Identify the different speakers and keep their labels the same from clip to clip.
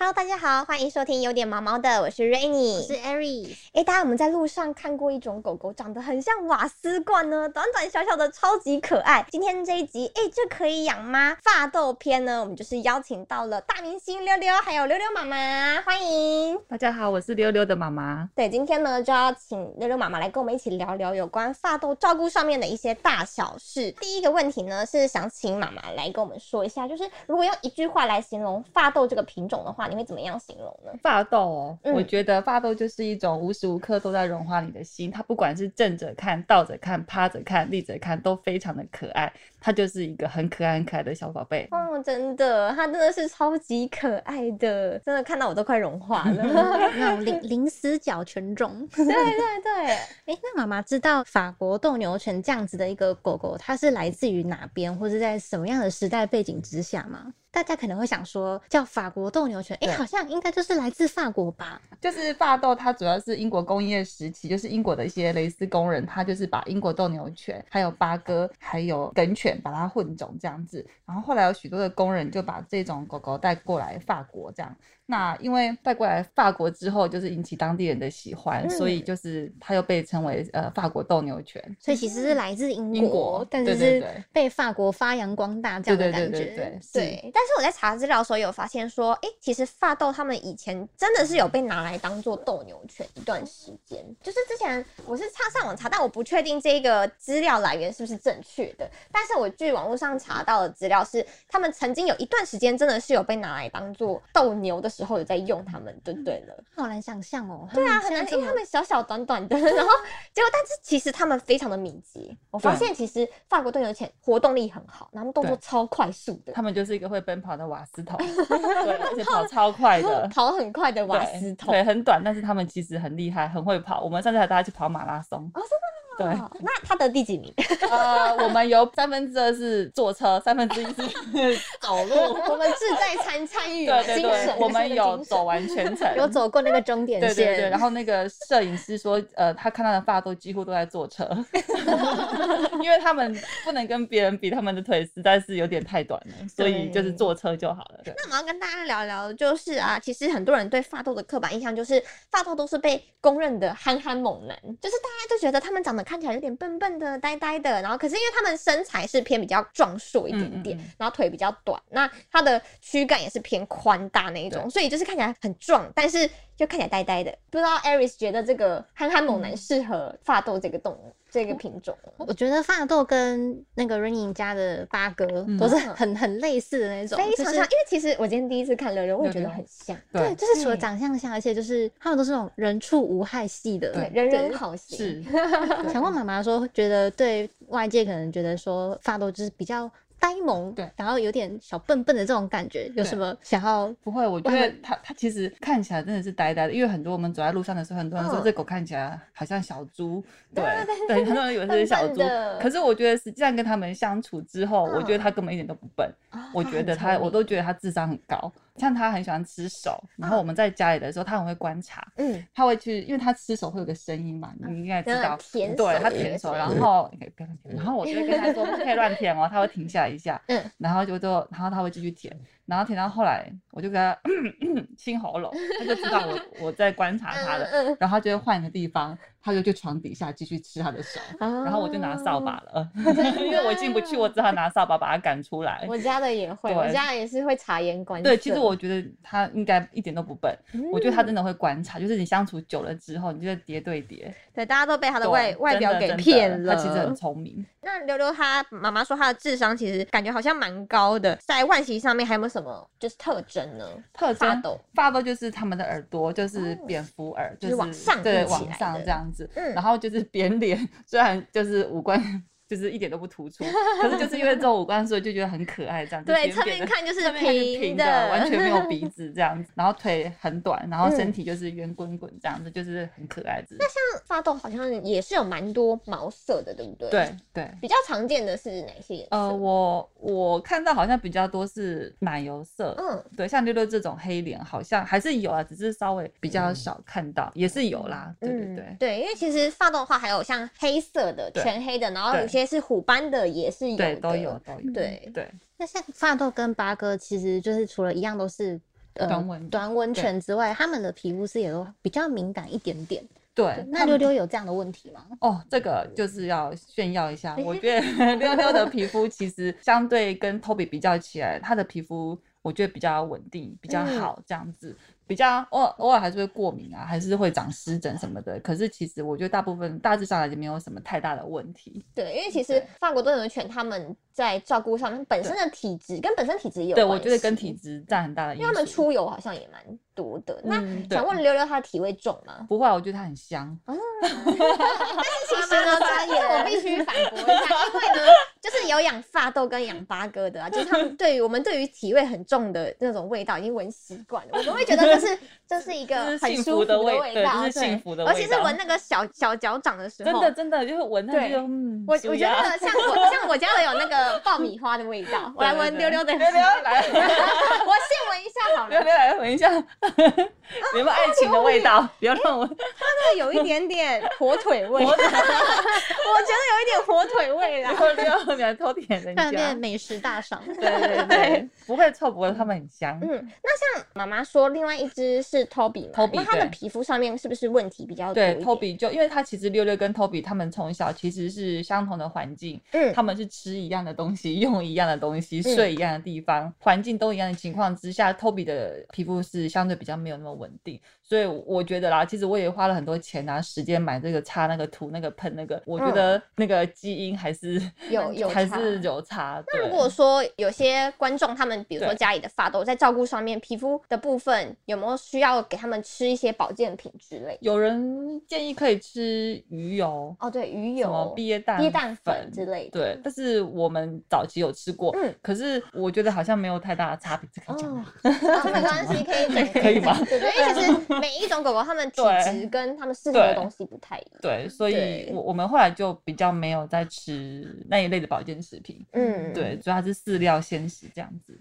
Speaker 1: Hello，大家好，欢迎收听有点毛毛的，我是 Rainy，
Speaker 2: 我是 Aries。
Speaker 1: 哎，大家我们在路上看过一种狗狗，长得很像瓦斯罐呢，短短小小的，超级可爱。今天这一集，哎，这可以养吗？发豆篇呢，我们就是邀请到了大明星溜溜，还有溜溜妈妈，欢迎。
Speaker 3: 大家好，我是溜溜的妈妈。
Speaker 1: 对，今天呢就要请溜溜妈妈来跟我们一起聊聊有关发豆照顾上面的一些大小事。第一个问题呢是想请妈妈来跟我们说一下，就是如果用一句话来形容发豆这个品种的话，你会怎么样形容呢？
Speaker 3: 发豆哦，
Speaker 1: 嗯
Speaker 3: 我觉得发豆就是一种无时无刻都在融化你的心，它不管是正着看、倒着看、趴着看、立着看，都非常的可爱。它就是一个很可爱、很可爱的小宝贝。
Speaker 1: 哦，真的，它真的是超级可爱的，真的看到我都快融化 了。
Speaker 2: 那种零零死角全 中。
Speaker 1: 对对对，
Speaker 2: 哎、那妈妈知道法国斗牛犬这样子的一个狗狗，它是来自于哪边，或是在什么样的时代背景之下吗？大家可能会想说，叫法国斗牛犬，哎、
Speaker 3: 对
Speaker 2: 好像应该就是来自法国吧？
Speaker 3: 就是发豆，它主要是英国工业时期，就是英国的一些蕾丝工人，他就是把英国斗牛犬、还有八哥、还有梗犬把它混种这样子。然后后来有许多的工人就把这种狗狗带过来法国这样。那因为带过来法国之后，就是引起当地人的喜欢，
Speaker 1: 嗯
Speaker 3: 所以就是它又被称为呃法国斗牛犬。
Speaker 2: 所以其实是来自英国，
Speaker 3: 嗯英国
Speaker 2: 但是
Speaker 3: 对对
Speaker 2: 是
Speaker 3: 对
Speaker 2: 被法国发扬光大这样的
Speaker 3: 对对
Speaker 2: 感觉。
Speaker 3: 对对是
Speaker 1: 对，但是我在查资料的时候有发现说，诶，其实发豆他们以前真的是有被拿来当做斗牛犬一段时间，就是之前我是查上网查，但我不确定这个资料来源是不是正确的，但是我据网络上查到的资料是，他们曾经有一段时间真的是有被拿来当做斗牛的时候有在用它们，就对了。
Speaker 2: 好难想象哦。
Speaker 4: 嗯
Speaker 1: 对啊，
Speaker 2: 们
Speaker 1: 很
Speaker 2: 现在
Speaker 1: 难，
Speaker 2: 这
Speaker 1: 因为
Speaker 2: 么。
Speaker 1: 他们小小短短的， 然后结果，但是其实他们非常的敏捷。我发
Speaker 3: 对
Speaker 1: 现其实法国队有钱活动力很好，然后他们动作
Speaker 3: 对
Speaker 1: 超快速的，。
Speaker 3: 它们就是一个会奔跑的瓦斯桶，对，而且跑超快的
Speaker 1: 跑很快的瓦斯桶
Speaker 3: 对，对，很短，但是它们其实很厉害，很会跑。我们上次还带它去跑马拉松
Speaker 1: 哦
Speaker 3: 真的对，
Speaker 1: 哦那他得第几名？
Speaker 3: 呃，我们有三分之二是坐车，三分之一 是走路。
Speaker 1: 我们志在参参 与
Speaker 3: 对
Speaker 1: 嘛
Speaker 3: 对
Speaker 1: 精神
Speaker 3: 对，，我们
Speaker 1: 这是
Speaker 3: 有
Speaker 1: 精神
Speaker 3: 走完全程
Speaker 2: 有走过那个终点
Speaker 3: 对
Speaker 2: 线，
Speaker 3: 对对，然后那个摄影师说，呃，他看到的发都几乎都在坐 车，因为他们不能跟别人比，他们的腿实在是有点太短了，所以就是
Speaker 2: 对
Speaker 3: 坐车就好了。对
Speaker 1: 那我们要跟大家聊聊，就是啊，其实很多人对发豆的刻板印象就是发豆都是被公认的憨憨猛男，就是大家就觉得他们长得看起来有点笨笨的、呆呆的，然后可是因为他们身材是偏比较壮硕一点点，
Speaker 3: 嗯嗯嗯
Speaker 1: 然后腿比较短，那他的躯干也是偏宽大那一种，
Speaker 3: 对
Speaker 1: 所以就是看起来很壮，但是就看起来呆呆的。不知道 Aris 觉得这个憨憨猛男
Speaker 3: 嗯
Speaker 1: 适合发豆这个动物、这个品种吗？
Speaker 2: 我觉得发豆跟那个 Rainy 家的八哥
Speaker 3: 嗯
Speaker 2: 都是很很类似的那种，
Speaker 1: 非常
Speaker 2: 就
Speaker 1: 像，
Speaker 2: 是
Speaker 1: 因为其实我今天第一次看乐乐，我也觉得
Speaker 3: 溜溜
Speaker 1: 很像，
Speaker 2: 对，
Speaker 3: 对，
Speaker 2: 就是除了
Speaker 1: 对
Speaker 2: 长相像，而且就是他们都是那种人畜无害系的。
Speaker 1: 对，
Speaker 3: 对
Speaker 1: 人人好型，
Speaker 3: 是，
Speaker 2: 想问妈妈说，觉得对外界可能觉得说发豆就是比较呆萌，
Speaker 3: 对
Speaker 2: 然后有点小笨笨的这种感觉，有什么想要？
Speaker 3: 不会，我觉得它它其实看起来真的是呆呆的，因为很多我们走在路上的时候，很多人说
Speaker 1: 嗯
Speaker 3: 这狗看起来好像小猪，对
Speaker 1: 对对
Speaker 3: 对，很多人以为它是小
Speaker 1: 笨
Speaker 3: 猪
Speaker 1: 笨的，嗯
Speaker 3: 可是我觉得实际上跟他们相处之后，我觉得它根本一点都不笨，
Speaker 1: 哦
Speaker 3: 我觉得它我都觉得它智商很高，像它很喜欢吃手，然后我们在家里的时候，它很会观察，
Speaker 1: 嗯。
Speaker 3: 它会去，因为它吃手会有个声音嘛，你应该知
Speaker 1: 嗯
Speaker 3: 道，
Speaker 1: 舔
Speaker 3: 对
Speaker 1: 手
Speaker 3: 它
Speaker 1: 的那
Speaker 3: 舔手，
Speaker 1: 种
Speaker 3: 然后你可以不要乱舔，然后我就会跟 它说不可以乱舔哦，它会停下来一下，
Speaker 1: 嗯
Speaker 3: 然后就就然后它会继续舔，然后舔到后来我就给它 清喉咙，它就知道 我我在观察它了，
Speaker 1: 嗯嗯
Speaker 3: 然后它就会换一个地方，它就去床底下继续吃它的手，
Speaker 1: 嗯
Speaker 3: 然后我就拿扫把
Speaker 1: 啊。
Speaker 3: 了， 因为我进不去，我只好拿扫把把它赶出来。
Speaker 1: 我家的也会，
Speaker 3: 对
Speaker 1: 我家也是会察言观色。
Speaker 3: 对，其实我觉得它应该一点都不笨，
Speaker 1: 嗯，
Speaker 3: 我觉得它真的会观察，就是你相处久了之后，你就会叠对叠。
Speaker 1: 对大家都被他的
Speaker 3: 对
Speaker 1: 外
Speaker 3: 真
Speaker 1: 外表
Speaker 3: 的
Speaker 1: 给
Speaker 3: 真的
Speaker 1: 骗了。嗯
Speaker 3: 他其实很聪明，
Speaker 1: 那溜溜他妈妈说他的智商其实感觉好像蛮高的，在外形上面还有没有什么就是特征呢？
Speaker 3: 特
Speaker 1: 发
Speaker 3: 征
Speaker 1: 抖，
Speaker 3: 发豆就是他们的耳朵，就是
Speaker 1: 哦
Speaker 3: 蝙蝠耳，
Speaker 1: 就是
Speaker 3: 是
Speaker 1: 往上
Speaker 3: 对
Speaker 1: 立起
Speaker 3: 往
Speaker 1: 来
Speaker 3: 上
Speaker 1: 的
Speaker 3: 这样子，
Speaker 1: 嗯
Speaker 3: 然后就是扁脸，虽然就是五官 就是一点都不突出，可是就是因为这种五官，所以就觉得很可爱这样。就
Speaker 1: 对，
Speaker 3: 扁
Speaker 1: 侧
Speaker 3: 扁
Speaker 1: 面
Speaker 3: 的
Speaker 1: 看就是
Speaker 3: 侧面看是
Speaker 1: 平。
Speaker 3: 的，完全没有 鼻子这样子，然后腿很短，然后
Speaker 1: 嗯
Speaker 3: 身体就是圆滚滚这样子，就是很可爱子。
Speaker 1: 发抖好像也是有蛮多毛色的，对不对？，
Speaker 3: 对对，
Speaker 1: 比较常见的是哪些颜色？
Speaker 3: 呃，我我看到好像比较多是奶油色，
Speaker 1: 嗯，
Speaker 3: 对，像六六这种黑脸好像还是有啊，只是稍微比较少看到，也是有啦。对对对，
Speaker 1: 嗯、对，因为其实发动的话，还有像黑色的、
Speaker 3: 对
Speaker 1: 全黑的，然后
Speaker 3: 对
Speaker 1: 有些是虎斑的，也是有的，
Speaker 2: 嗯
Speaker 3: 对都有都有。
Speaker 1: 对
Speaker 3: 对
Speaker 2: 那像发豆跟八哥其实就是除了一样都是呃
Speaker 3: 短吻
Speaker 2: 短吻犬之外，它们的皮肤是也都比较敏感一点点。
Speaker 3: 对，
Speaker 2: 那
Speaker 3: 他
Speaker 2: 溜
Speaker 3: 们
Speaker 2: 溜有这样的问题吗？
Speaker 3: 哦，这个就是要炫耀一下。我觉 得溜溜的皮肤其实相对跟 Toby 比较起来，他的皮肤我觉得比较稳定，比较
Speaker 1: 嗯
Speaker 3: 好，这样子。比较偶尔偶尔还是会过敏啊，还是会长湿疹什么的。可是其实我觉得大部分大致上来讲没有什么太大的问题。
Speaker 1: 对，因为其实
Speaker 3: 对
Speaker 1: 法国斗牛犬它们在照顾上面本身的体质跟本身体质也有
Speaker 3: 对，我
Speaker 1: 关
Speaker 3: 觉得跟
Speaker 1: 系
Speaker 3: 体，质占很大的因
Speaker 1: 因
Speaker 3: 素。
Speaker 1: 为它们出油好像也蛮多的。那
Speaker 2: 嗯
Speaker 3: 对
Speaker 1: 想问溜溜，它的体味重吗？
Speaker 3: 不会啊，我觉得它很香。
Speaker 1: 其实呢，这个我必须反驳一下，因为呢， 就是有养发豆跟养八哥的啊，就是他们对于我们对于体味很重的那种味道已经闻习惯了，我们会觉得这是这是一个
Speaker 3: 这是
Speaker 1: 很
Speaker 3: 幸
Speaker 1: 舒
Speaker 3: 福
Speaker 1: 服
Speaker 3: 的味
Speaker 1: 味
Speaker 3: 对
Speaker 1: 道，
Speaker 3: 这是幸福的
Speaker 1: 而
Speaker 3: 味
Speaker 1: 且是
Speaker 3: 道
Speaker 1: 闻那个小小脚掌的时
Speaker 3: 真
Speaker 1: 候，
Speaker 3: 的真的，就是闻它
Speaker 1: 对
Speaker 3: 就嗯，
Speaker 1: 我
Speaker 3: 舒
Speaker 1: 我觉
Speaker 3: 压
Speaker 1: 得像我像我家的有那个爆米花的味 道， 我来闻溜溜的，
Speaker 3: 溜溜来。
Speaker 1: 我先闻一下好
Speaker 3: 溜
Speaker 1: 了，
Speaker 3: 溜来闻一下， 有没有爱情的味道？ 不要让我
Speaker 1: 这有一点点 火腿味，我
Speaker 3: 火
Speaker 1: 觉得有一点火腿味啦。
Speaker 3: 溜溜，你还偷舔人
Speaker 2: 突然
Speaker 3: 家
Speaker 2: 变。美食大赏。
Speaker 3: 对 对对，不会臭，不会，它们很香。
Speaker 1: 嗯，那像妈妈说，另外一只是 Toby 嘛
Speaker 3: Toby，
Speaker 1: 那它的
Speaker 3: 对
Speaker 1: 皮肤上面是不是问题比较多一
Speaker 3: 对
Speaker 1: 点？
Speaker 3: ，Toby 就因为他其实溜溜跟 Toby 他们从小其实是相同的环境，
Speaker 1: 嗯
Speaker 3: 他们是吃一样的东西， 用一样的东西，
Speaker 1: 嗯
Speaker 3: 睡一样的地方，环境都一样的情况之下，Toby 的皮肤是相对比较没有那么稳定，所以我觉得啦，其实我也花了很多钱啊，时间买这个擦那个涂那个喷那个，我觉得那个基因还是
Speaker 1: 有嗯有
Speaker 3: 还
Speaker 1: 差
Speaker 3: 是有差。
Speaker 1: 那如
Speaker 3: 对
Speaker 1: 果说有些观众他们，比如说
Speaker 3: 对
Speaker 1: 家里的发豆在照顾上面，皮肤的部分有没有需要给他们吃一些保健品之类的？
Speaker 3: 有人建议可以吃鱼油，
Speaker 1: 哦，对，鱼
Speaker 3: 什么
Speaker 1: 油、
Speaker 3: 鳖蛋
Speaker 1: 鳖蛋粉之类的。
Speaker 3: 对，但是我们早期有吃过，
Speaker 1: 嗯
Speaker 3: 可是我觉得好像没有太大的差别，这个讲
Speaker 1: 哦
Speaker 3: 吗、，
Speaker 1: 啊没关系，可以讲
Speaker 3: 可以吗
Speaker 1: 对对，因为其实每一种狗狗它们体
Speaker 3: 对
Speaker 1: 质跟它们适合的
Speaker 3: 对
Speaker 1: 东西不太一样。
Speaker 3: 对，所以
Speaker 1: 对
Speaker 3: 我我们后来就比较没有再吃那一类的保健食品，
Speaker 1: 嗯，
Speaker 3: 对，主要是饲料鲜食这样子。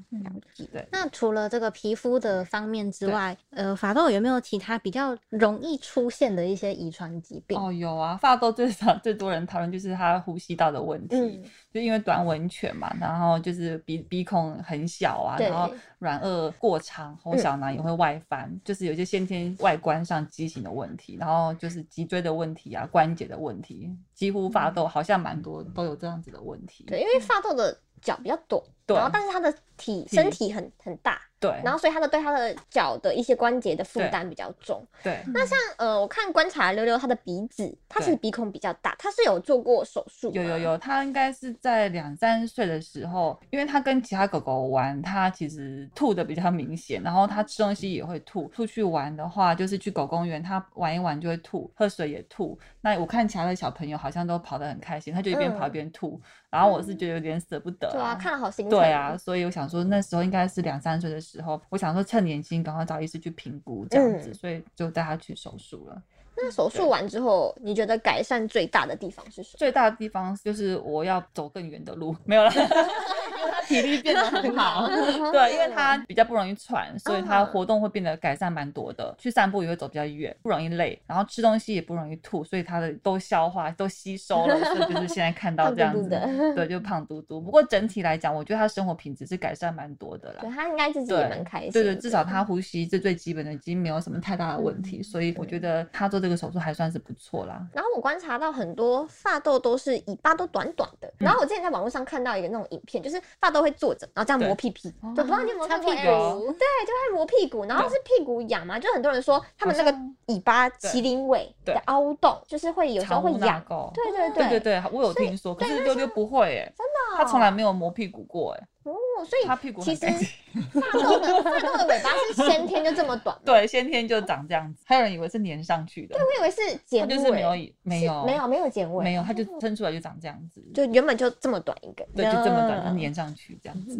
Speaker 2: 那除了这个皮肤的方面之外，呃，法斗有没有其他比较容易出现的一些遗传疾病？
Speaker 3: 哦，有啊，发痘最少最多人讨论就是它呼吸道的问题，
Speaker 1: 嗯
Speaker 3: 就因为短吻犬嘛，然后就是鼻鼻孔很小啊，
Speaker 1: 对
Speaker 3: 然后软腭过长，喉
Speaker 1: 嗯
Speaker 3: 小囊也会外翻，就是有一些先天外观上畸形的问题，然后就是脊椎的问题啊，关节的问题，几乎发痘好像蛮多都有这样子的问题。
Speaker 1: 嗯对，因为发豆的脚比较短，
Speaker 3: 对
Speaker 1: 然后但是它的体
Speaker 3: 体
Speaker 1: 身体很很大，
Speaker 3: 对
Speaker 1: 然后所以它的对它的脚的一些关节的负担比较重。
Speaker 3: 对，
Speaker 1: 那像呃，我看观察溜溜它的鼻子，它其实
Speaker 3: 对
Speaker 1: 鼻孔比较大，它是有做过手术，
Speaker 3: 有有，有，它应该是在两三岁的时候，因为它跟其他狗狗玩，它其实吐的比较明显，然后它吃东西也会吐。出去玩的话，就是去狗公园，它玩一玩就会吐，喝水也吐。那我看其他的小朋友好像都跑得很开心，它就一边跑一
Speaker 1: 嗯
Speaker 3: 边吐，然后我是觉得有点舍不得、
Speaker 1: 对啊，看了好心疼。
Speaker 3: 对啊，，所以我想说那时候应该是两三岁的时候，我想说趁年轻赶快找医师去评估这样子，
Speaker 1: 嗯
Speaker 3: 所以就带它去手术了。
Speaker 1: 那手术
Speaker 3: 对
Speaker 1: 完之后，你觉得改善最大的地方是什么？
Speaker 3: 最大的地方就是我要走更远的路，没有啦，因为他体 力变得很好。
Speaker 1: 哦
Speaker 3: 对，因为他比较不容易喘，所以他活动会变得改善蛮多的。去散步也会走比较远，不容易累，然后吃东西也不容易吐，所以他的都消化都吸收了，所以就是现在看到这样
Speaker 1: 胖嘟
Speaker 3: 子， 对，就胖嘟嘟。不过整体来讲，我觉得他生活品质是改善蛮多的啦
Speaker 1: 对。他应该自己
Speaker 3: 对，
Speaker 1: 也蛮开心的。
Speaker 3: 对对，至少他呼吸这最基本的已经没有什么太大的问
Speaker 1: 嗯
Speaker 3: 题，所以我觉得他做这个手术还算是不错啦。
Speaker 1: 然后我观察到很多发豆都是尾巴都短短的。然后我之前在网络上看到一个那种影片，就是发豆会坐着，然后这样磨
Speaker 3: 对
Speaker 1: 屁屁，就不知道你有没有看
Speaker 2: 哦擦
Speaker 1: 过
Speaker 2: 屁
Speaker 1: Aries
Speaker 2: 股。
Speaker 1: 对，就会磨屁股，然后是屁股痒嘛，就很多人说他们那个
Speaker 3: 好像
Speaker 1: 尾巴麒麟尾
Speaker 3: 对
Speaker 1: 的凹洞，就是会有时候
Speaker 3: 藏
Speaker 1: 会
Speaker 3: 污纳
Speaker 1: 痒。
Speaker 3: 垢
Speaker 1: 对对对
Speaker 3: 对对对，我有
Speaker 1: 所以
Speaker 3: 听说，可是溜溜不会耶，真的他从来没有磨屁股过哎，
Speaker 1: 哦，所以
Speaker 3: 他屁股
Speaker 1: 哦其
Speaker 3: 很
Speaker 1: 实
Speaker 3: 哎干净。
Speaker 1: 发豆的发豆的尾巴是先天就这么短吗，
Speaker 3: 对，先天就长这样子，还有人以为是粘上去的，
Speaker 1: 我以为是
Speaker 3: 他
Speaker 1: 剪尾，
Speaker 3: 就是没有以没
Speaker 1: 是
Speaker 3: 有
Speaker 1: 没有没有剪尾，
Speaker 3: 没有，他就撑出来就长这样子，
Speaker 1: 就原本就这么短一个，
Speaker 3: 对，就这么短，
Speaker 1: 嗯
Speaker 3: 就粘上去这样子。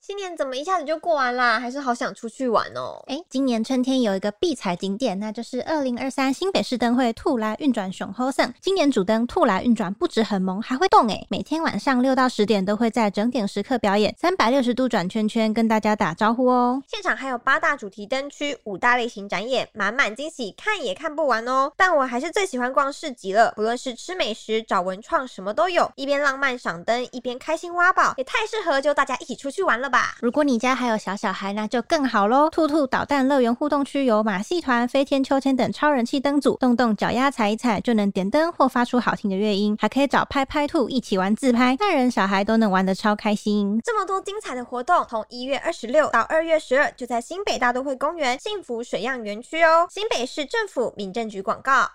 Speaker 1: 新年怎么一下子就过完啦？还是好想出去玩哦。
Speaker 2: 哎，今年春天有一个必踩景点，那就是二零二三新北市灯会兔来运转熊吼森。今年主灯兔来运转不止很萌，还会动哎！每天晚上六到十点都会在整点时刻表演，三百六十度转圈圈，跟大家打招呼哦。
Speaker 1: 现场还有八大主题灯区、五大类型展演，满满惊喜，看也看不完哦。但我还是最喜欢逛市集了，不论是吃美食、找文创，什么都有，一边浪漫赏灯，一边开心挖宝，也太适合就大家一起出去玩了吧。吧？
Speaker 2: 如果你家还有小小孩，那就更好喽！兔兔捣蛋乐园互动区有马戏团、飞天秋千等超人气灯组，动动脚丫踩一踩就能点灯或发出好听的乐音，还可以找拍拍兔一起玩自拍，大人小孩都能玩得超开心。
Speaker 1: 这么多精彩的活动，从一月二十六到二月十二，就在新北大都会公园幸福水漾园区哦。新北市政府民政局广告。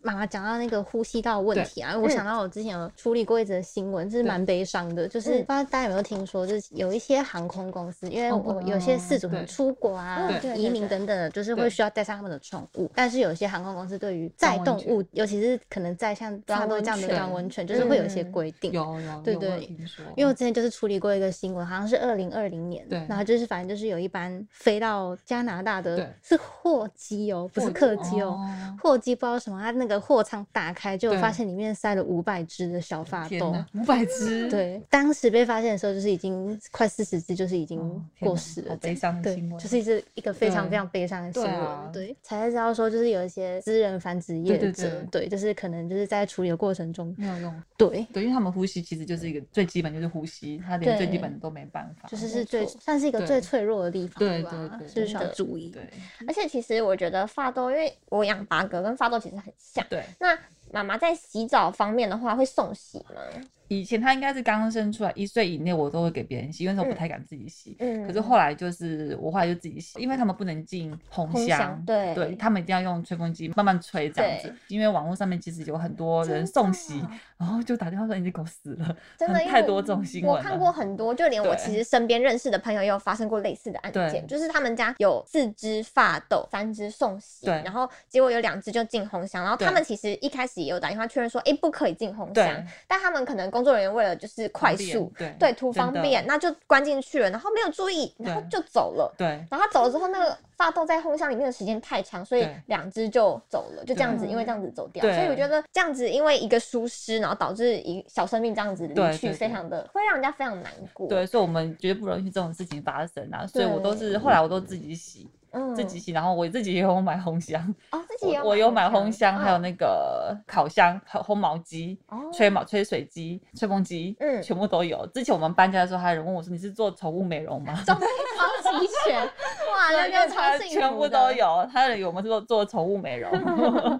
Speaker 4: 妈妈讲到那个呼吸道问题啊，我想到我之前有处理过一则新闻，就是蛮悲伤的，就是不知道大家有没有听说，就是有一些航空公司，因为我有些事主可能
Speaker 3: 对
Speaker 4: 出国啊
Speaker 3: 对、
Speaker 1: 对
Speaker 4: 移民等等的，就是会
Speaker 3: 对
Speaker 4: 需要带上他们的宠物，但是有些航空公司对于载动物，尤其是可能在像多拉多这样的
Speaker 3: 温泉
Speaker 4: 暖温泉，就是会有一些
Speaker 1: 嗯
Speaker 4: 规定。
Speaker 3: 有有
Speaker 4: 对
Speaker 3: 有我有
Speaker 4: 对
Speaker 3: 听说，
Speaker 4: 因为我之前就是处理过一个新闻，好像是二零二零年，
Speaker 3: 对
Speaker 4: 然后就是反正就是有一班飞到加拿大的
Speaker 3: 对，
Speaker 4: 是货机哦，不是
Speaker 3: 货
Speaker 4: 客机哦，
Speaker 3: 哦
Speaker 4: 货机不知道什么，它那个货仓打开，就
Speaker 3: 对
Speaker 4: 发现里面塞了五百只的小发
Speaker 3: 天
Speaker 4: 豆。
Speaker 3: 哪，五百只，
Speaker 4: 对，当时被发现的时候，就是已经快四十只，就是已经
Speaker 3: 哦天
Speaker 4: 过
Speaker 3: 哪
Speaker 4: 世
Speaker 3: 好
Speaker 4: 了这
Speaker 3: 悲
Speaker 4: 样。
Speaker 3: 伤的
Speaker 4: 对
Speaker 3: 新闻，，
Speaker 4: 就是一直一个非常
Speaker 3: 对
Speaker 4: 非常悲伤的新
Speaker 3: 对
Speaker 4: 闻。
Speaker 3: 啊
Speaker 4: 对，才知道说，就是有一些私人繁殖业
Speaker 3: 对对哦
Speaker 4: 者，对，就是可能就是在处理的过程中，
Speaker 3: 没有用。
Speaker 4: 对，
Speaker 3: 对，因为他们呼吸其实就是一个最基本，就是呼吸，他连最基
Speaker 4: 对
Speaker 3: 本的都没办法。
Speaker 4: 就是
Speaker 1: 没
Speaker 4: 是最
Speaker 1: 错
Speaker 4: 算是一个
Speaker 3: 对
Speaker 4: 最脆弱的地方
Speaker 3: 对
Speaker 4: 吧，
Speaker 3: 对对
Speaker 4: 就是需要
Speaker 1: 真的
Speaker 4: 注意。
Speaker 3: 对
Speaker 1: 而且其实我觉得发豆，因为我养八哥跟发豆其实很像。
Speaker 3: 对，
Speaker 1: 那妈妈在洗澡方面的话，会送洗吗？
Speaker 3: 以前他应该是刚生出来一岁以内，我都会给别人洗，因为那时候不太敢自己洗。
Speaker 1: 嗯，
Speaker 3: 可是后来就是我后来就自己洗，因为他们不能进烘
Speaker 1: 烘
Speaker 3: 箱，
Speaker 1: 箱对
Speaker 3: 他们一定要用吹风机慢慢吹这样子
Speaker 1: 对。啊
Speaker 3: 因为网络上面其实有很多人送洗，然后就打电话说哎你的狗死了，
Speaker 1: 真的
Speaker 3: 很
Speaker 1: 因为
Speaker 3: 太多这种新闻
Speaker 1: 我
Speaker 3: 了。
Speaker 1: 看过很多，就连我
Speaker 3: 对
Speaker 1: 其实身边认识的朋友也有发生过类似的案件，
Speaker 3: 对
Speaker 1: 就是他们家有四只发豆，三只送洗，
Speaker 3: 对
Speaker 1: 然后结果有两只就进红箱，然后
Speaker 3: 对
Speaker 1: 他们其实一开始也有打电话确认说，哎、不可以进红
Speaker 3: 对
Speaker 1: 箱，但他们可能工作人员为了就是快速，
Speaker 3: 对
Speaker 1: 对图方
Speaker 3: 真的
Speaker 1: 便，那就关进去了，然后没有注意，然后
Speaker 3: 对
Speaker 1: 就走了。
Speaker 3: 对
Speaker 1: 然后他走了之后，那个发豆在烘箱里面的时间太长，所以
Speaker 3: 对
Speaker 1: 两只就走了，就这样子，
Speaker 4: 对
Speaker 1: 因为这样子走掉。
Speaker 3: 对
Speaker 1: 所以我觉得这样子，因为一个疏失，然后导致一小生命这样子离
Speaker 3: 对
Speaker 1: 去，
Speaker 3: 对
Speaker 1: 非常的会让人家非常难过。，
Speaker 3: 对，所以我们绝对不容易这种事情发生啊。所以我都
Speaker 1: 对
Speaker 3: 是后来我都自己洗，
Speaker 1: 嗯
Speaker 3: 自己洗，然后我自己也有买烘箱，
Speaker 1: 哦，自己
Speaker 3: 我
Speaker 1: 也
Speaker 3: 我有买烘箱，还有
Speaker 1: 嗯
Speaker 3: 那个烤箱、烘烘毛机、
Speaker 1: 哦
Speaker 3: 吹毛吹水机、吹风机，
Speaker 1: 嗯
Speaker 3: 全部都有。之前我们搬家的时候，还有人问我说：“你是做宠物美 容吗？”
Speaker 1: 中超齐 全，哇，
Speaker 3: 对
Speaker 1: 那
Speaker 3: 因为
Speaker 1: 个超
Speaker 3: 他
Speaker 1: 幸福的
Speaker 3: 全部都。有，他的有我们是做做宠物美 容，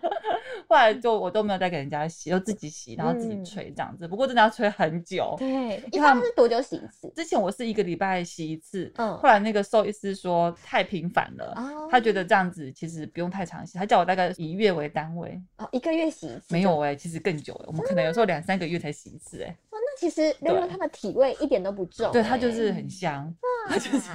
Speaker 3: 后来就我都没有再给人家洗，就自己洗，然后自己
Speaker 1: 嗯
Speaker 3: 吹这样子。不过真的要吹很久，
Speaker 1: 对，一
Speaker 3: 因为他
Speaker 1: 般
Speaker 3: 们
Speaker 1: 是多久洗一次？
Speaker 3: 之前我是一个礼拜洗一次，
Speaker 1: 嗯
Speaker 3: 后来那个兽医师说太频繁了，
Speaker 1: 哦
Speaker 3: 他觉得这样子其实不用太常洗，他叫我大概以月为单位，
Speaker 1: 哦，一个月洗一次。
Speaker 3: 没有哎、其实更久哎、我们可能有时候两三个月才洗一次哎、
Speaker 1: 哇，那其实溜溜他们体味一点都不重。
Speaker 3: 对，它就是很香，
Speaker 1: 哇，好羡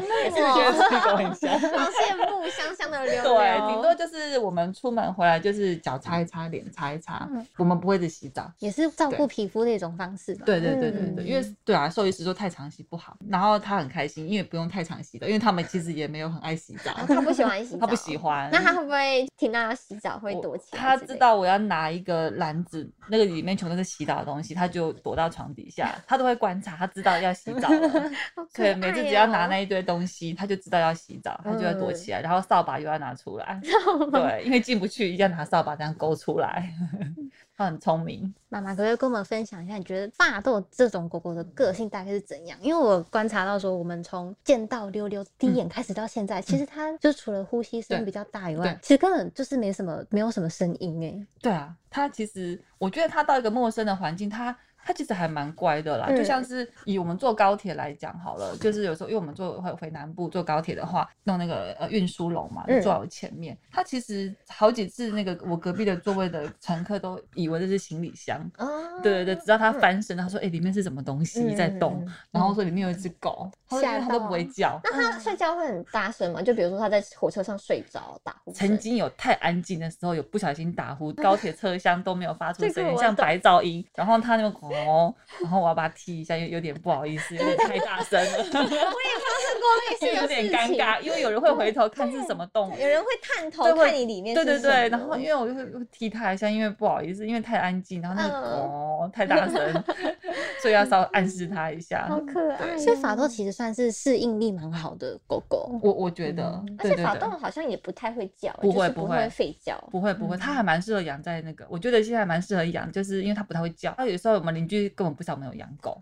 Speaker 1: 慕
Speaker 3: 就觉得
Speaker 1: 哦，
Speaker 3: 这个 很香。
Speaker 1: 好羡慕香香的溜溜。
Speaker 3: 对，啊顶多就是我们出门回来就是脚擦一擦，脸擦一擦，
Speaker 1: 嗯
Speaker 3: 我们不会一直洗澡。
Speaker 4: 也是照顾
Speaker 3: 对
Speaker 4: 皮肤的一种方式吧。
Speaker 3: 对对对对对，
Speaker 4: 嗯
Speaker 3: 因为对啊，兽医师说太常洗不好，然后他很开心，因为不用太常洗的，因为他们其实也没有很爱洗 澡，
Speaker 1: 然后哦他不喜欢洗澡，
Speaker 3: 他不喜。欢。
Speaker 1: 那他会不会听到要洗澡会
Speaker 3: 我
Speaker 1: 躲起来？
Speaker 3: 他知，道我要拿一个篮子，那个里面全部都是洗澡的东西，他就躲到床底下，他都会观察，他知道要洗澡了，
Speaker 1: 好可
Speaker 3: 所以每次只要拿那
Speaker 1: 爱哦
Speaker 3: 一堆东西，他就知道要洗澡，他就会躲
Speaker 1: 嗯
Speaker 3: 起来，然后扫把又要拿出 来，对，因为进不去，一定要拿扫把这样勾出 来，他很聪明，
Speaker 4: 妈妈，可不可以跟我们分享一下，你觉得发豆这种狗狗的个性大概是怎样？因为我观察到说，我们从见到溜溜第一眼开始到现在，其实它就除了呼吸声
Speaker 3: 嗯对
Speaker 4: 比较大以外
Speaker 3: 对，
Speaker 4: 其实根本就是没什么没有什么声音哎。
Speaker 3: 对啊，他其实我觉得他到一个陌生的环境，他他其实还蛮乖的啦，
Speaker 1: 嗯
Speaker 3: 就像是以我们坐高铁来讲好了，就是有时候因为我们坐回回南部坐高铁的话，弄那个呃运输笼嘛，
Speaker 1: 嗯
Speaker 3: 就坐在我前面，他其实好几次那个我隔壁的座位的乘客都以为这是行李箱。
Speaker 1: 哦
Speaker 3: 对对对，直到他翻身，他说：“哎、里面是什么东西在动？”
Speaker 1: 嗯嗯嗯
Speaker 3: 然后说里面有一只狗，他说因为
Speaker 4: 吓
Speaker 3: 他都
Speaker 4: 到
Speaker 3: 不会叫。
Speaker 1: 那他睡觉会很大声吗？就比如说他在火车上睡着打呼声
Speaker 3: 曾经有太安静的时候，有不小心打呼，高铁车厢都没有发出
Speaker 1: 这
Speaker 3: 声
Speaker 1: 个
Speaker 3: 音，
Speaker 1: 我
Speaker 3: 像
Speaker 1: 懂
Speaker 3: 白噪音。然后他那个哦，然后我要把它踢一下，有有点不好意思，有点太大声了，
Speaker 1: 我也发生过
Speaker 3: 有
Speaker 1: 类
Speaker 3: 点
Speaker 1: 似的事
Speaker 3: 尴
Speaker 1: 情，
Speaker 3: 尬，因为有人会回头看是什么动物。
Speaker 1: 有人会探头
Speaker 3: 对会
Speaker 1: 看你里面
Speaker 3: 对
Speaker 1: 是
Speaker 3: 对
Speaker 1: 什么
Speaker 3: 对，然后因为我就会会踢他一下，因为不好意思，因为太安静，然后那个
Speaker 1: 嗯
Speaker 3: 哦太大声， 所以要稍微暗示他一下。
Speaker 1: 好可爱哦，
Speaker 4: 所以法斗其实算是适应力蛮好的狗狗。
Speaker 3: 我我觉得，
Speaker 1: 嗯而
Speaker 3: 对
Speaker 1: 且
Speaker 3: 对
Speaker 1: 法
Speaker 3: 对
Speaker 1: 动好像也不太会叫，
Speaker 3: 不
Speaker 1: 就是
Speaker 3: 会
Speaker 1: 不
Speaker 3: 不会
Speaker 1: 会吠叫。
Speaker 3: 不会不会，它还蛮适合养在那个，我觉得现在蛮适合养，就是因为它不太会叫。它有时候我们邻居根本不少没有养狗，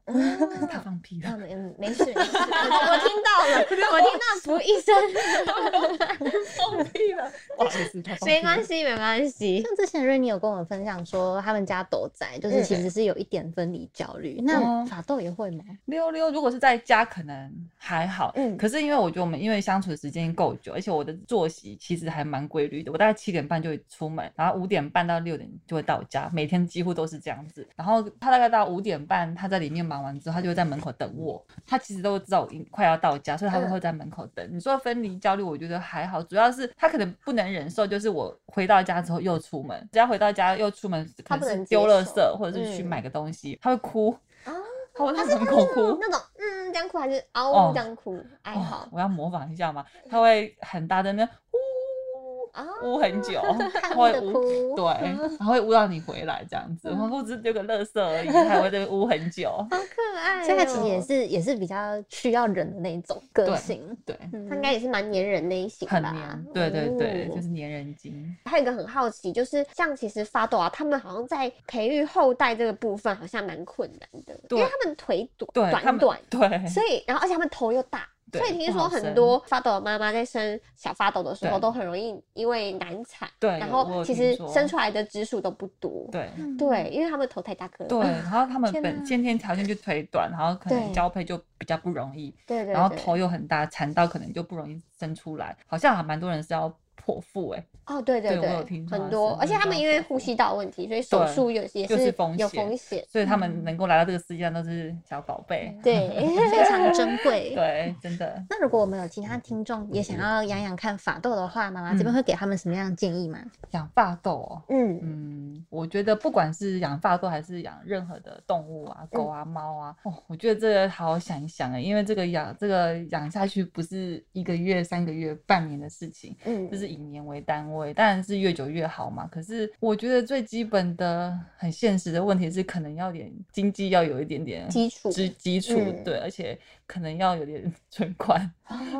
Speaker 3: 他放屁
Speaker 1: 啊，
Speaker 3: 了。
Speaker 1: 没没事，没事我我听到了，我听到福医 生，
Speaker 3: 放屁了，不好意思，他放屁
Speaker 1: 没
Speaker 3: 了
Speaker 1: 关。系，没关 系。
Speaker 4: 像之前瑞妮有跟我们分享说，他们家狗仔就是其实是有一点分离焦虑。那
Speaker 3: 嗯哦
Speaker 4: 法斗也会吗？
Speaker 3: 溜溜，如果是在家可能还好，
Speaker 1: 嗯
Speaker 3: 可是因为我觉得我们因为相处的时间够久，而且我的作息其实还蛮规律的，我大概七点半就会出门，然后五点半到六点就会到家，每天几乎都是这样子。然后他大概到五点半，他在里面忙完之后，他就会在门口等我。他其实都知道我已经快要到家，所以他
Speaker 1: 嗯
Speaker 3: 会在门口等。你说分离焦虑，我觉得还好，主要是他可能不能忍受，就是我回到家之后又出门，只要回到家又出门，
Speaker 1: 他
Speaker 3: 可
Speaker 1: 不
Speaker 3: 能
Speaker 1: 能
Speaker 3: 是
Speaker 1: 接
Speaker 3: 丢垃
Speaker 1: 受
Speaker 3: 圾或者是去
Speaker 1: 嗯
Speaker 3: 买个东西，他会哭。
Speaker 1: 哦
Speaker 3: 他会在
Speaker 1: 是
Speaker 3: 门口
Speaker 1: 那
Speaker 3: 哭
Speaker 1: 种，那种嗯这样哭还是嗷
Speaker 3: 哦
Speaker 1: 这样哭，还
Speaker 3: 哦
Speaker 1: 好嗯
Speaker 3: 我要模仿一下嘛，他会很大声的 呜
Speaker 1: 啊。
Speaker 3: 呜很久，他
Speaker 4: 看
Speaker 3: 会
Speaker 4: 着
Speaker 3: 呜，
Speaker 4: 哭，
Speaker 3: 对，然后会呜到你回来这样子。
Speaker 1: 嗯
Speaker 3: 我不只是丢个垃圾而已，他还会在那边呜很久。
Speaker 1: 好可爱、哦，
Speaker 4: 所以他其实也是也是比较需要人的那一种个
Speaker 3: 对
Speaker 4: 性。嗯
Speaker 3: 对，
Speaker 1: 他应该也是蛮粘人类型
Speaker 3: 很
Speaker 1: 吧？
Speaker 3: 黏，对对对，
Speaker 1: 哦
Speaker 3: 就是粘人精。
Speaker 1: 还有一个很好奇，就是像其实发抖啊，他们好像在培育后代这个部分好像蛮困难的，因
Speaker 3: 对
Speaker 1: 为他们腿短
Speaker 3: 对，他
Speaker 1: 短
Speaker 3: 们
Speaker 1: 短，
Speaker 3: 对，
Speaker 1: 所以然后而且他们头又大。
Speaker 3: 对
Speaker 1: 所以听
Speaker 3: 不
Speaker 1: 说
Speaker 3: 好
Speaker 1: 很
Speaker 3: 生
Speaker 1: 多发抖的妈妈在生小发抖的时候，
Speaker 3: 对
Speaker 1: 都很容易因为难产，
Speaker 3: 对
Speaker 1: 然
Speaker 3: 我
Speaker 1: 后
Speaker 3: 有
Speaker 1: 其
Speaker 3: 听
Speaker 1: 实
Speaker 3: 说
Speaker 1: 生出来的只数都不多，
Speaker 3: 对。
Speaker 1: 对，因为他们头太大颗了，
Speaker 3: 对，然后他们
Speaker 4: 天
Speaker 3: 本
Speaker 4: 哪
Speaker 3: 先天条件就腿短，然后可
Speaker 1: 对
Speaker 3: 能交配就比较不容易，
Speaker 1: 对对，
Speaker 3: 然后
Speaker 1: 对
Speaker 3: 头又很大，产道可能就不容易生出来。好像还蛮多人是要剖腹哎，
Speaker 1: 哦，对对
Speaker 3: 对我
Speaker 1: 对
Speaker 3: 有，听说
Speaker 1: 很
Speaker 3: 是
Speaker 1: 多，而且
Speaker 3: 很
Speaker 1: 他们
Speaker 3: 多
Speaker 1: 因为
Speaker 3: 手
Speaker 1: 呼
Speaker 3: 术
Speaker 1: 吸道问题，所以手
Speaker 3: 对
Speaker 1: 术有也
Speaker 3: 就是
Speaker 1: 是
Speaker 3: 风
Speaker 1: 有
Speaker 3: 险
Speaker 1: 风险，
Speaker 3: 所以他
Speaker 1: 嗯
Speaker 3: 们能够来到这个世界上都是小宝贝。
Speaker 1: 对，
Speaker 4: 非常珍
Speaker 1: 嗯
Speaker 4: 贵。
Speaker 3: 对，真的。
Speaker 4: 那如果我们有其他听众也想要养养看法斗的话，妈妈这边
Speaker 3: 嗯
Speaker 4: 会给他们什么样的建议吗？
Speaker 3: 养发豆哦，
Speaker 1: 嗯，
Speaker 3: 嗯，我觉得不管是养发豆还是养任何的动物啊，狗啊、
Speaker 1: 嗯
Speaker 3: 猫啊，哦，我觉得这个好好想一想哎，因为这个养这个养下去不是一个月、三个月、半年的事情，
Speaker 1: 嗯，
Speaker 3: 就是以年为单位，当然是越久越好嘛。可是我觉得最基本的、很现实的问题是，可能要点经济要有一点点
Speaker 1: 基础
Speaker 3: 基基础，
Speaker 1: 嗯哦
Speaker 3: 对，而且可能要有点 存款，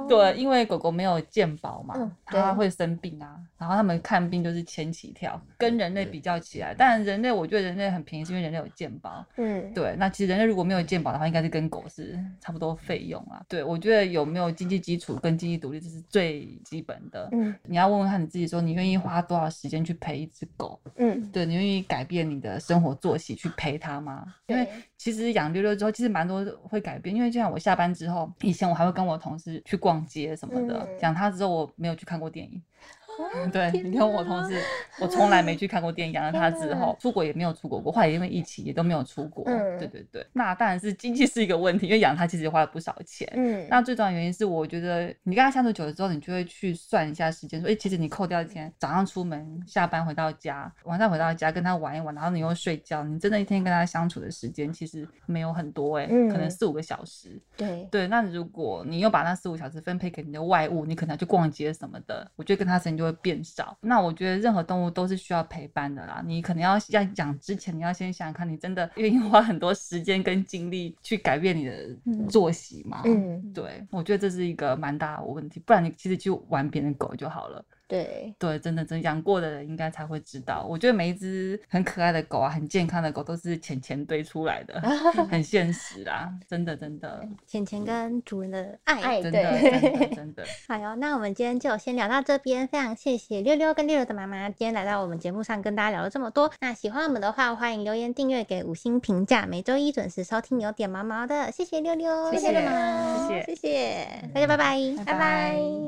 Speaker 3: 对，因为狗狗没有健保嘛，
Speaker 1: 嗯
Speaker 3: 它
Speaker 1: 对
Speaker 3: 会生病啊，然后它们看病就是千起跳，跟人类比较起来，当然人类我觉得人类很便宜，是因为人类有健保，
Speaker 1: 嗯，
Speaker 3: 对，那其实人类如果没有健保的话，应该是跟狗是差不多费用啊。对，我觉得有没有经济基础跟经济独立，这是最基本的。
Speaker 1: 嗯，
Speaker 3: 你要问问看你自己，说你愿意花多少时间去陪一只狗？
Speaker 1: 嗯，
Speaker 3: 对，你愿意改变你的生活作息去陪它吗？因为
Speaker 1: 对
Speaker 3: 其实养溜溜之后，其实蛮多会改变。因为就像我下班之后，以前我还会跟我同事去逛街什么的
Speaker 1: 嗯。啊
Speaker 3: 养、它之后，我没有去看过电影。对，你看我同事，我从来没去看过电影。养了它之后，出国也没有出国过，后来因为疫情也都没有出国。
Speaker 1: 嗯
Speaker 3: 对对对，那当然是经济是一个问题，因为养它其实也花了不少钱。
Speaker 1: 嗯，
Speaker 3: 那最重要的原因是，我觉得你跟他相处久了之后，你就会去算一下时间，说，哎、其实你扣掉一天，早上出门，下班回到家，晚上回到家跟他玩一玩，然后你又睡觉，你真的一天跟他相处的时间其实没有很多、诶哎、
Speaker 1: 嗯
Speaker 3: 可能四五个小时。
Speaker 1: 对，
Speaker 3: 对，那如果你又把那四五小时分配给你的外物，你可能要去逛街什么的，我觉得跟它时间就会变少。那我觉得任何动物都是需要陪伴的啦，你可能要要养之前，你要先想想看，你真的愿意花很多时间跟精力去改变你的作息吗？
Speaker 1: 嗯，
Speaker 3: 对，我觉得这是一个蛮大的问题，不然你其实去玩别人的狗就好了。
Speaker 1: 对，
Speaker 3: 对，真的真的养过的人应该才会知道。我觉得每一只很可爱的狗啊，很健康的狗都是钱钱堆出来 的，很现实啦，真的真的
Speaker 4: 浅浅跟主人的爱。
Speaker 1: 爱
Speaker 3: 真的
Speaker 1: 对，
Speaker 3: 真的 真的，
Speaker 4: 好哟，那我们今天就先聊到这边，非常谢谢溜溜跟六六的妈妈今天来到我们节目上跟大家聊了这么多。那喜欢我们的话，欢迎留言、订阅、给五星评价，每周一准时收听有点毛毛的，谢谢溜溜，
Speaker 3: 谢
Speaker 4: 溜
Speaker 3: 谢
Speaker 4: 妈妈，
Speaker 3: 谢
Speaker 4: 谢
Speaker 3: 谢
Speaker 4: 谢大家，拜拜，
Speaker 1: 拜拜。